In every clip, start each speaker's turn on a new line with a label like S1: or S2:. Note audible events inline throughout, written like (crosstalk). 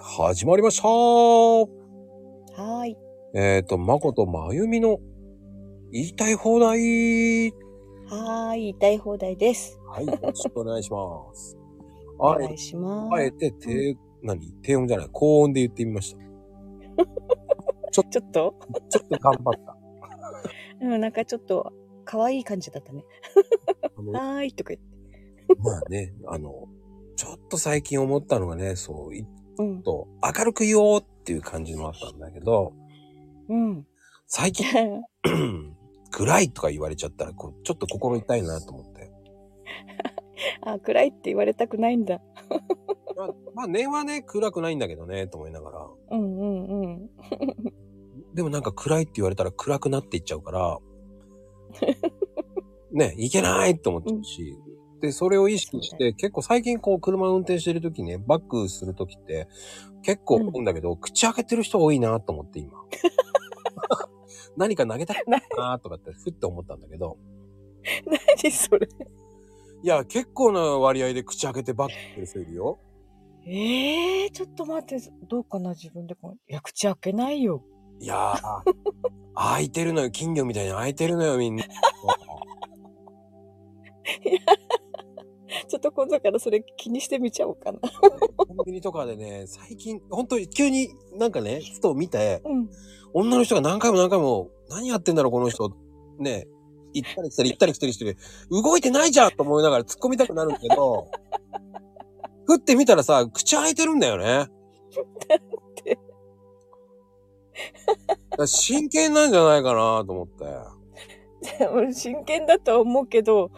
S1: 始まりましたー
S2: はーい。
S1: えっ、ー、と、まことまゆみの言いたい放題はい、
S2: はーい。言いたい放題です。
S1: よろしくお願いします。
S2: お
S1: あ
S2: 願
S1: え
S2: いします。
S1: あえて低、何低音じゃない高音で言ってみました。
S2: ちょっと
S1: ちょっと頑張った。
S2: うん、なんかちょっと、可愛い感じだったね。
S1: あの
S2: はーい。とか言って。
S1: まあね、あの、ちょっと最近思ったのがね、そう、いっ
S2: うん。
S1: と明るく言おうっていう感じもあったんだけど、
S2: うん。 (laughs)
S1: 最近 (clears throat) 暗いとか言われちゃったら、こうちょっと心痛いなと思って。
S2: あ、暗いって言われたくないんだ。
S1: まあ、まあ、念はね、暗くないんだけどね、と思いながら。
S2: うんうんうん。 (laughs)
S1: でもなんか暗いって言われたら暗くなっていっちゃう (laughs) から、ね、いけないと思っちゃうし、で、それを意識し
S2: そうだ
S1: て、結構最近こう車運転してる時ね、バックする時って、結構思うんだけど、口開けてる人多いなと思って (laughs) 今。何か投げたいなとかってふって思ったんだけど、
S2: 何それ。
S1: いや、結構な割合で口開けてバックしてる人いるよ。
S2: ええー、ちょっと待って、どうかな自分でこう。いや、口開けないよ。
S1: いや (laughs) ー、開いてるのよ、金魚みたいに開いてるのよ、みんな。
S2: ちょっと今度からそれ気にしてみちゃおうかな。
S1: コンビニとかでね、最近、本当に急になんかね、ふと見て、
S2: うん。
S1: 女の人が何回も何回も、何やってんだろう、この人。ね、行ったり来たり行ったり来たりして、動いてないじゃんと思いながら突っ込みたくなるけど、ふってみたらさ、口開いてるんだよね。だ
S2: て
S1: から真剣なんじゃないかなと思って。
S2: 俺真剣だとは思うけど、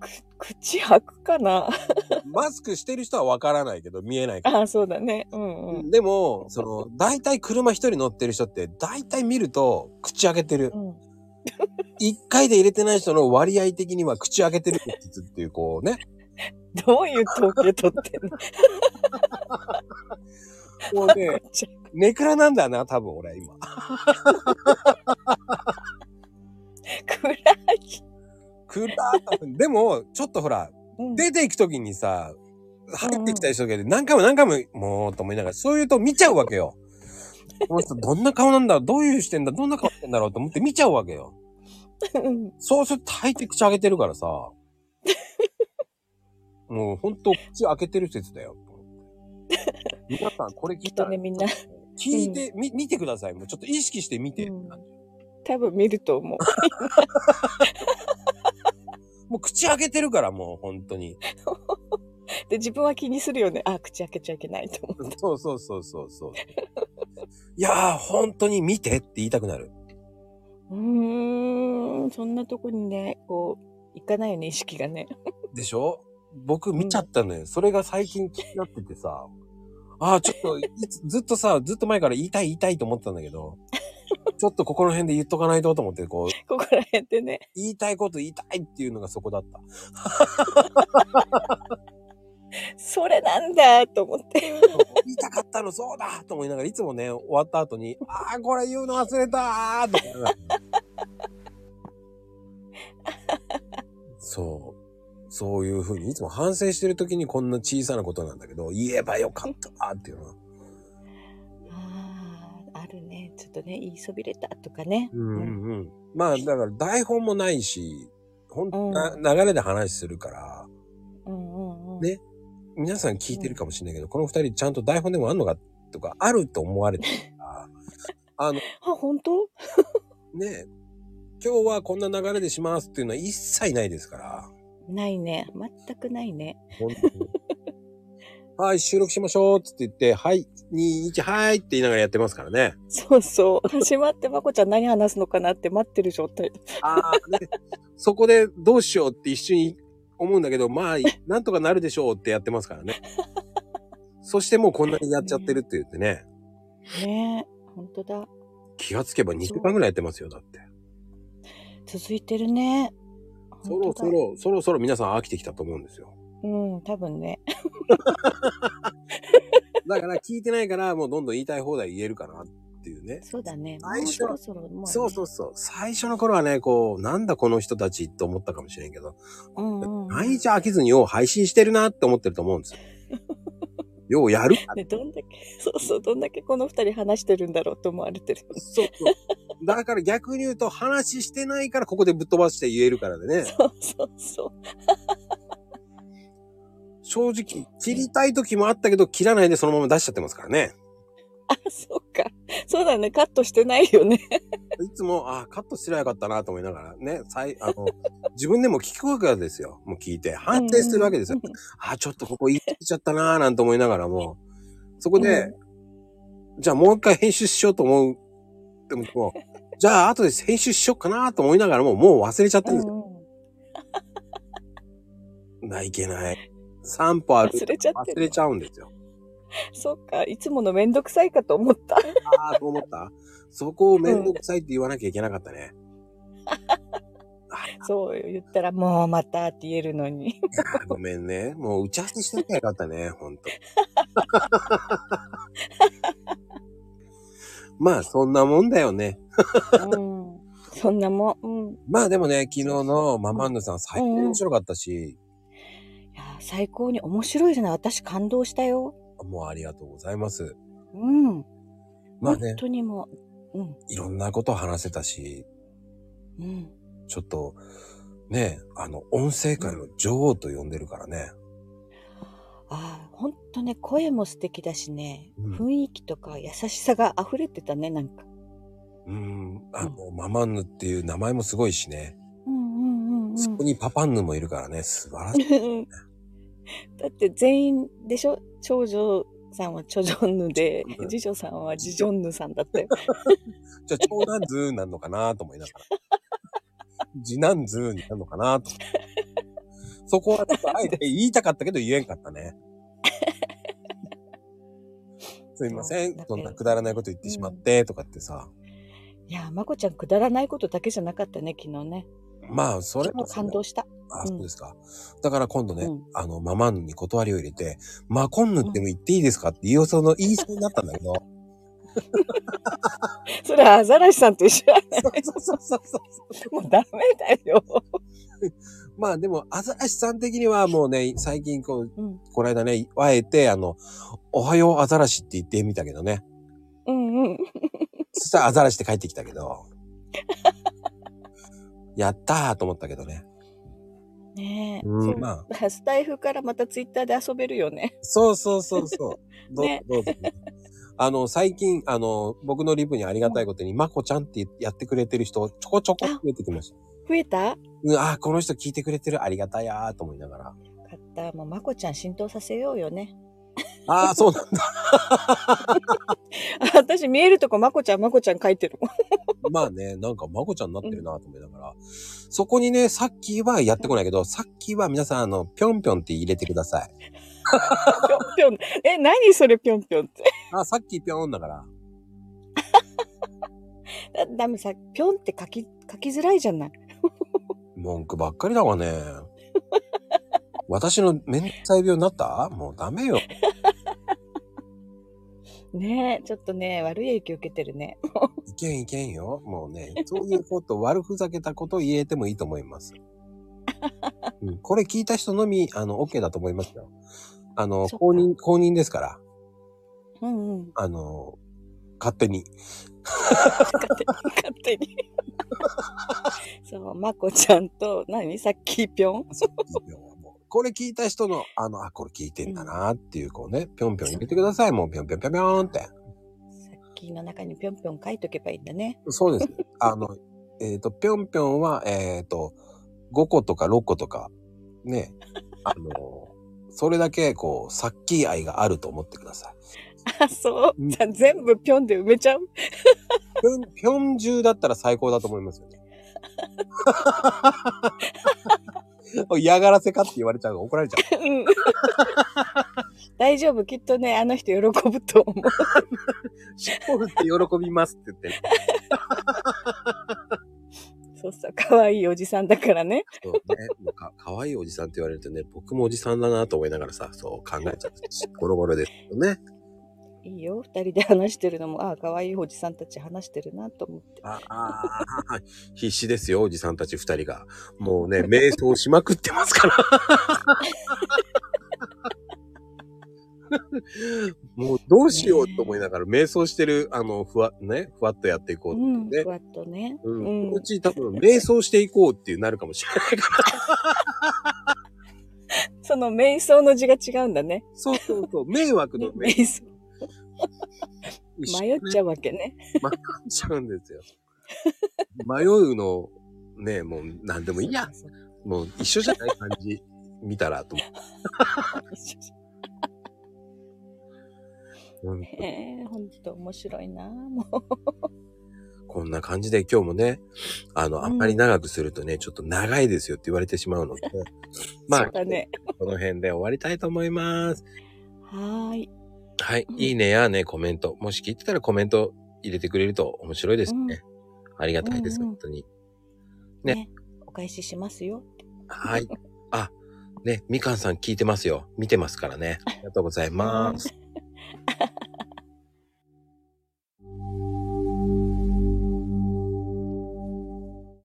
S2: く口開くかな (laughs)
S1: マスクしてる人はわからないけど、見えないから。
S2: あ、そうだね。うんうん。
S1: でも、その、大体車一人乗ってる人って、大体見ると、口開けてる
S2: う。ん。
S1: 一回で入れてない人の割合的には口開けてるっていう、こうね。
S2: どういう統計取ってんの
S1: こう
S2: (laughs)
S1: ね、
S2: ちょ
S1: ネクラなんだな、多分俺今。
S2: 暗い。
S1: 暗い。でも、ちょっとほら、
S2: うん
S1: 出ていくときにさ、入ってきた人がいて何回も何回も、もう、と思いながら、そう言うと見ちゃうわけよ。この人、どんな顔なんだどういう視点だどんな顔してんだろうと思って見ちゃうわけよ。
S2: うん
S1: そうすると大抵口開けてるからさ。 (laughs) もうほんと口開けてる説だよ。皆さんこれ聞
S2: き
S1: い
S2: った
S1: ら
S2: とね、みんな、
S1: 聞いて、み見てください。もうちょっと意識して見て。
S2: うん多分見ると思う。
S1: もう口開けてるからもう本当に。
S2: で、自分は気にするよね。あ、口開けちゃいけないと思
S1: そうそうそうそうそう。いやー本当に見てって言いたくなる。
S2: う。うーん、そんなとこにね、こう、行かないよね、意識がね。
S1: でしょ僕見ちゃったのよ。それが最近気になっててさ。ああ、ちょっといつ、ずっとさ、ずっと前から言いたい言いたいと思ってたんだけど、ちょっとここの辺で言っとかないとと思って、こ
S2: (laughs)
S1: う、
S2: ここら辺でね。
S1: 言いたいこと言いたいっていうのがそこだった。
S2: それなんだと思って。
S1: 言いたかったのそうだと思いながらいつもね、終わった後に、ああ、これ言うの忘れたーと思いながらそう。そういうふうに、いつも反省してる時にこんな小さなことなんだけど、言えばよかったーっていうのは。
S2: ああ、あるね。ちょっとね、言いそびれたとかね。
S1: うんうんうん。まあ、だから台本もないし、ほん、
S2: うん
S1: な流れで話するから、
S2: うんうんうん。
S1: ね皆さん聞いてるかもしれないけど、この二人ちゃんと台本でもあんのかとか、あると思われてる
S2: (laughs)
S1: から、あの、
S2: あ、本当
S1: ねえ今日はこんな流れでしますっていうのは一切ないですから。
S2: ないね。全くないね。
S1: 本当
S2: (laughs)
S1: にはい、収録しましょうっつって言って、はい、2、1、はいって言いながらやってますからね。
S2: そうそう。始まって、まこちゃん何話すのかなって待ってる状態。
S1: ああ、ね、そこでどうしようって一瞬に思うんだけど、まあ、なんとかなるでしょうってやってますからね。そしてもうこんなにやっちゃってるって言ってね、
S2: ねえ、本当だ。
S1: 気がつけば2時間ぐらいやってますよ、だって。
S2: 続いてるね。
S1: そろそろ、そろそろ皆さん飽きてきたと思うんですよ。
S2: うん、多分ね。
S1: だから聞いてないから、もうどんどん言いたい放題言えるかなっていうね。
S2: そうだね。
S1: 最初
S2: もうそろそろもう、
S1: そうそうそう。最初の頃はね、こう、なんだこの人たちって思ったかもしれんけど、
S2: う。うん、うん。
S1: 毎日飽きずにを配信してるなって思ってると思うんですよ。ようやるな
S2: ね、どんだけ、そうそう、どんだけこの二人話してるんだろうと思われてる。
S1: そうそう。だから逆に言うと、話してないからここでぶっ飛ばして言えるからでね。
S2: そうそうそう。
S1: 正直、切りたい時もあったけど、切らないでそのまま出しちゃってますからね。
S2: あ、そうか。そうだね、カットしてないよね。
S1: いつも、ああ、カットしてなかったなと思いながらね、最、あの、自分でも聞くわけですよ。もう聞いて、反省してるわけですよ。ああ、ちょっとここ言っちゃったなーなんて思いながらも、そこで、じゃあもう一回編集しようと思う。でもこう、じゃあ後で編集しようかなと思いながらも、もう忘れちゃって
S2: う
S1: るん
S2: ん、
S1: ですよ。
S2: うん
S1: ないけない。散歩歩い
S2: 忘れちゃって
S1: 忘
S2: る
S1: れ。ちゃうんですよ。
S2: そっか、いつものめんどくさいかと思った。
S1: ああ、と思ったそこをめんどくさいって言わなきゃいけなかったね。
S2: そう言ったら、もうまたって言える
S1: (laughs)
S2: のに。
S1: いやーごめんね。もう打ち合わせしてなきゃよかったね、ほん (laughs) と。まあ、そんなもんだよね。
S2: うん、そんなもん。うん、
S1: まあでもね、昨日のママンヌさん最高に面白かったし、
S2: いや最高に面白いじゃない。私感動したよ。
S1: もうありがとうございます。
S2: うん。
S1: まあね
S2: 本、当にもう。うん。
S1: いろんなこと話せたし、
S2: うん。
S1: ちょっと、ね、あの、音声界の女王と呼んでるからね。
S2: ああ、本当ね、声も素敵だしね、
S1: うん
S2: 雰囲気とか優しさが溢れてたね、なんか。
S1: うん、あの、ママンヌっていう名前もすごいしね。
S2: うんうんうん
S1: そこにパパンヌもいるからね、素晴らしい。
S2: うん。 (laughs) だって全員でしょ長女さんはチョジョンヌで
S1: うん、
S2: 次女さんはジジョンヌさんだったよ。
S1: (laughs) じゃあ、長男ズーなんのかなと思いながら。 (laughs) 次男ズーになるのかなと思って。そこはちょっとあえて言いたかったけど言えんかったね。すいません
S2: だっ。て
S1: そんなくだらないこと言ってしまって、とかってさ。
S2: いや、まこちゃんくだらないことだけじゃなかったね、昨日ね。
S1: まあ、それ
S2: もう感動した。
S1: あ、
S2: うん
S1: そうですか。だから今度ね、
S2: うん
S1: あの、ママンヌに断りを入れて、マコンヌっても言っていいですかって言いようその言いそうになったんだ
S2: (laughs)
S1: けど。
S2: それアザラシさんと一緒 (laughs) やね。
S1: そうそうそうそう。
S2: もうダメだよ。
S1: まあでも、アザラシさん的にはもうね、最近こう、
S2: うん
S1: この間ね、あえて、あの、おはようアザラシって言ってみたけどね。
S2: うんうん。
S1: そしたらアザラシって帰ってきたけど。やったーと思ったけどね。
S2: ねえ。
S1: う
S2: そ
S1: ん、
S2: う
S1: まあ、
S2: スタイフからまたツイッターで遊べるよね。
S1: そうそうそうそう。どうぞ
S2: ね
S1: どうぞ。あの、最近、あの、僕のリプにありがたいことに、まこちゃんってやってくれてる人、ちょこちょこ増えてきました。
S2: 増えた
S1: うん、ああ、この人聞いてくれてる、ありがたいやーと思いながら。
S2: 買った。もうまこちゃん浸透させようよね。 (laughs)
S1: ああ、そうなんだ。
S2: あ私見えるとこまこちゃんまこちゃん書いてるもん。
S1: (laughs) まあね、なんか孫ちゃんになってるなと思いながら、そこにね、さっきはやってこないけど、さっきは皆さん、あの、ぴょんぴょんって入れてください。
S2: ぴょんぴょん。 (laughs) え、何それぴょんぴょんって。
S1: あ、さっきぴょんだから。
S2: だダメさ、ぴょんって書き、書きづらいじゃない。
S1: 文句ばっかりだわ
S2: (laughs)
S1: ね。私のめんどくさい病になったもうダメよ。
S2: ねえ、ちょっとね、悪い影響受けてるね。
S1: いけんいけんよ。もうね、そういうこと、悪ふざけたこと言えてもいいと思い
S2: (laughs)
S1: ます。うん、これ聞いた人のみ、あの、OK だと思いますよ。あの、
S2: そっか
S1: 公認、公認ですから、
S2: うんうん。
S1: あの、勝手に。
S2: 勝手に、勝手に。 (laughs) そう、まこちゃんと、何さっきぴょん
S1: これ聞いた人の、あの、あ、これ聞いてんだなっていう、こうね、ぴょんぴょん入れてください。もうぴょんぴょんぴょんぴょんって。
S2: さっきの中にぴょんぴょん書いとけばいいんだね。
S1: そう (laughs) です。あの、えっ、と、ぴょんぴょんは、えっ、と、5個とか6個とか、ね、あの、それだけ、こう、さっき愛があると思ってください。
S2: あ、そうう。
S1: ん
S2: じゃあ全部ぴょんで埋めちゃう
S1: ぴょん、ぴょん中だったら最高だと思いますよね。 (laughs) 嫌がらせかって言われちゃうから怒ら (laughs) れちゃう。
S2: うん (laughs) 大丈夫、きっとね、あの人喜ぶと思う。
S1: 尻尾振って喜びますって言ってね。
S2: そうそう、可愛いおじさんだからね。
S1: そうね、もうかかわいいおじさんって言われるとね、僕もおじさんだなと思いながらさ、そう考えちゃって、ゴロゴロですよね。
S2: いいよ、二人で話してるのも、ああ、可愛いおじさんたち話してるなと思って。
S1: あ (laughs) あー、必死ですよ、おじさんたち二人が。もうね、瞑想 (laughs) しまくってますから。もうどうしようと思いながら、瞑想してる、あの、ふわ、ね、ふわっとやっていこうって
S2: うん。
S1: ね
S2: ふ。わっとね。
S1: うん。
S2: う
S1: うんうち多分、瞑想していこうっていうなるかもしれないから。
S2: その瞑想の字が違うんだね。
S1: そうそうそう。迷惑
S2: ね
S1: の (laughs) ね、
S2: 瞑想。
S1: 一緒に
S2: 迷っちゃうわけね。
S1: 迷っちゃうんですよ。 (laughs) 迷うの、ね、もう何でもいいや。
S2: そうそう
S1: もう一緒じゃない感じ、見たらと思って。
S2: そう
S1: うん
S2: ええほんと面白いなも
S1: こんな感じで今日もね、あの、あんまり長くするとね、ちょっと長いですよって言われてしまうので、
S2: (laughs)
S1: ま
S2: うだ
S1: あ、
S2: ね。
S1: この辺で終わりたいと思います。
S2: はーい。
S1: はい、
S2: うん
S1: いいねやね、コメント。もし聞いてたらコメント入れてくれると面白いですね。ありがたいです、
S2: うんうん
S1: 本当に。ね
S2: ねお返ししますよ。
S1: はい。あ、ね、みかんさん聞いてますよ。見てますからね。ありがとうございます。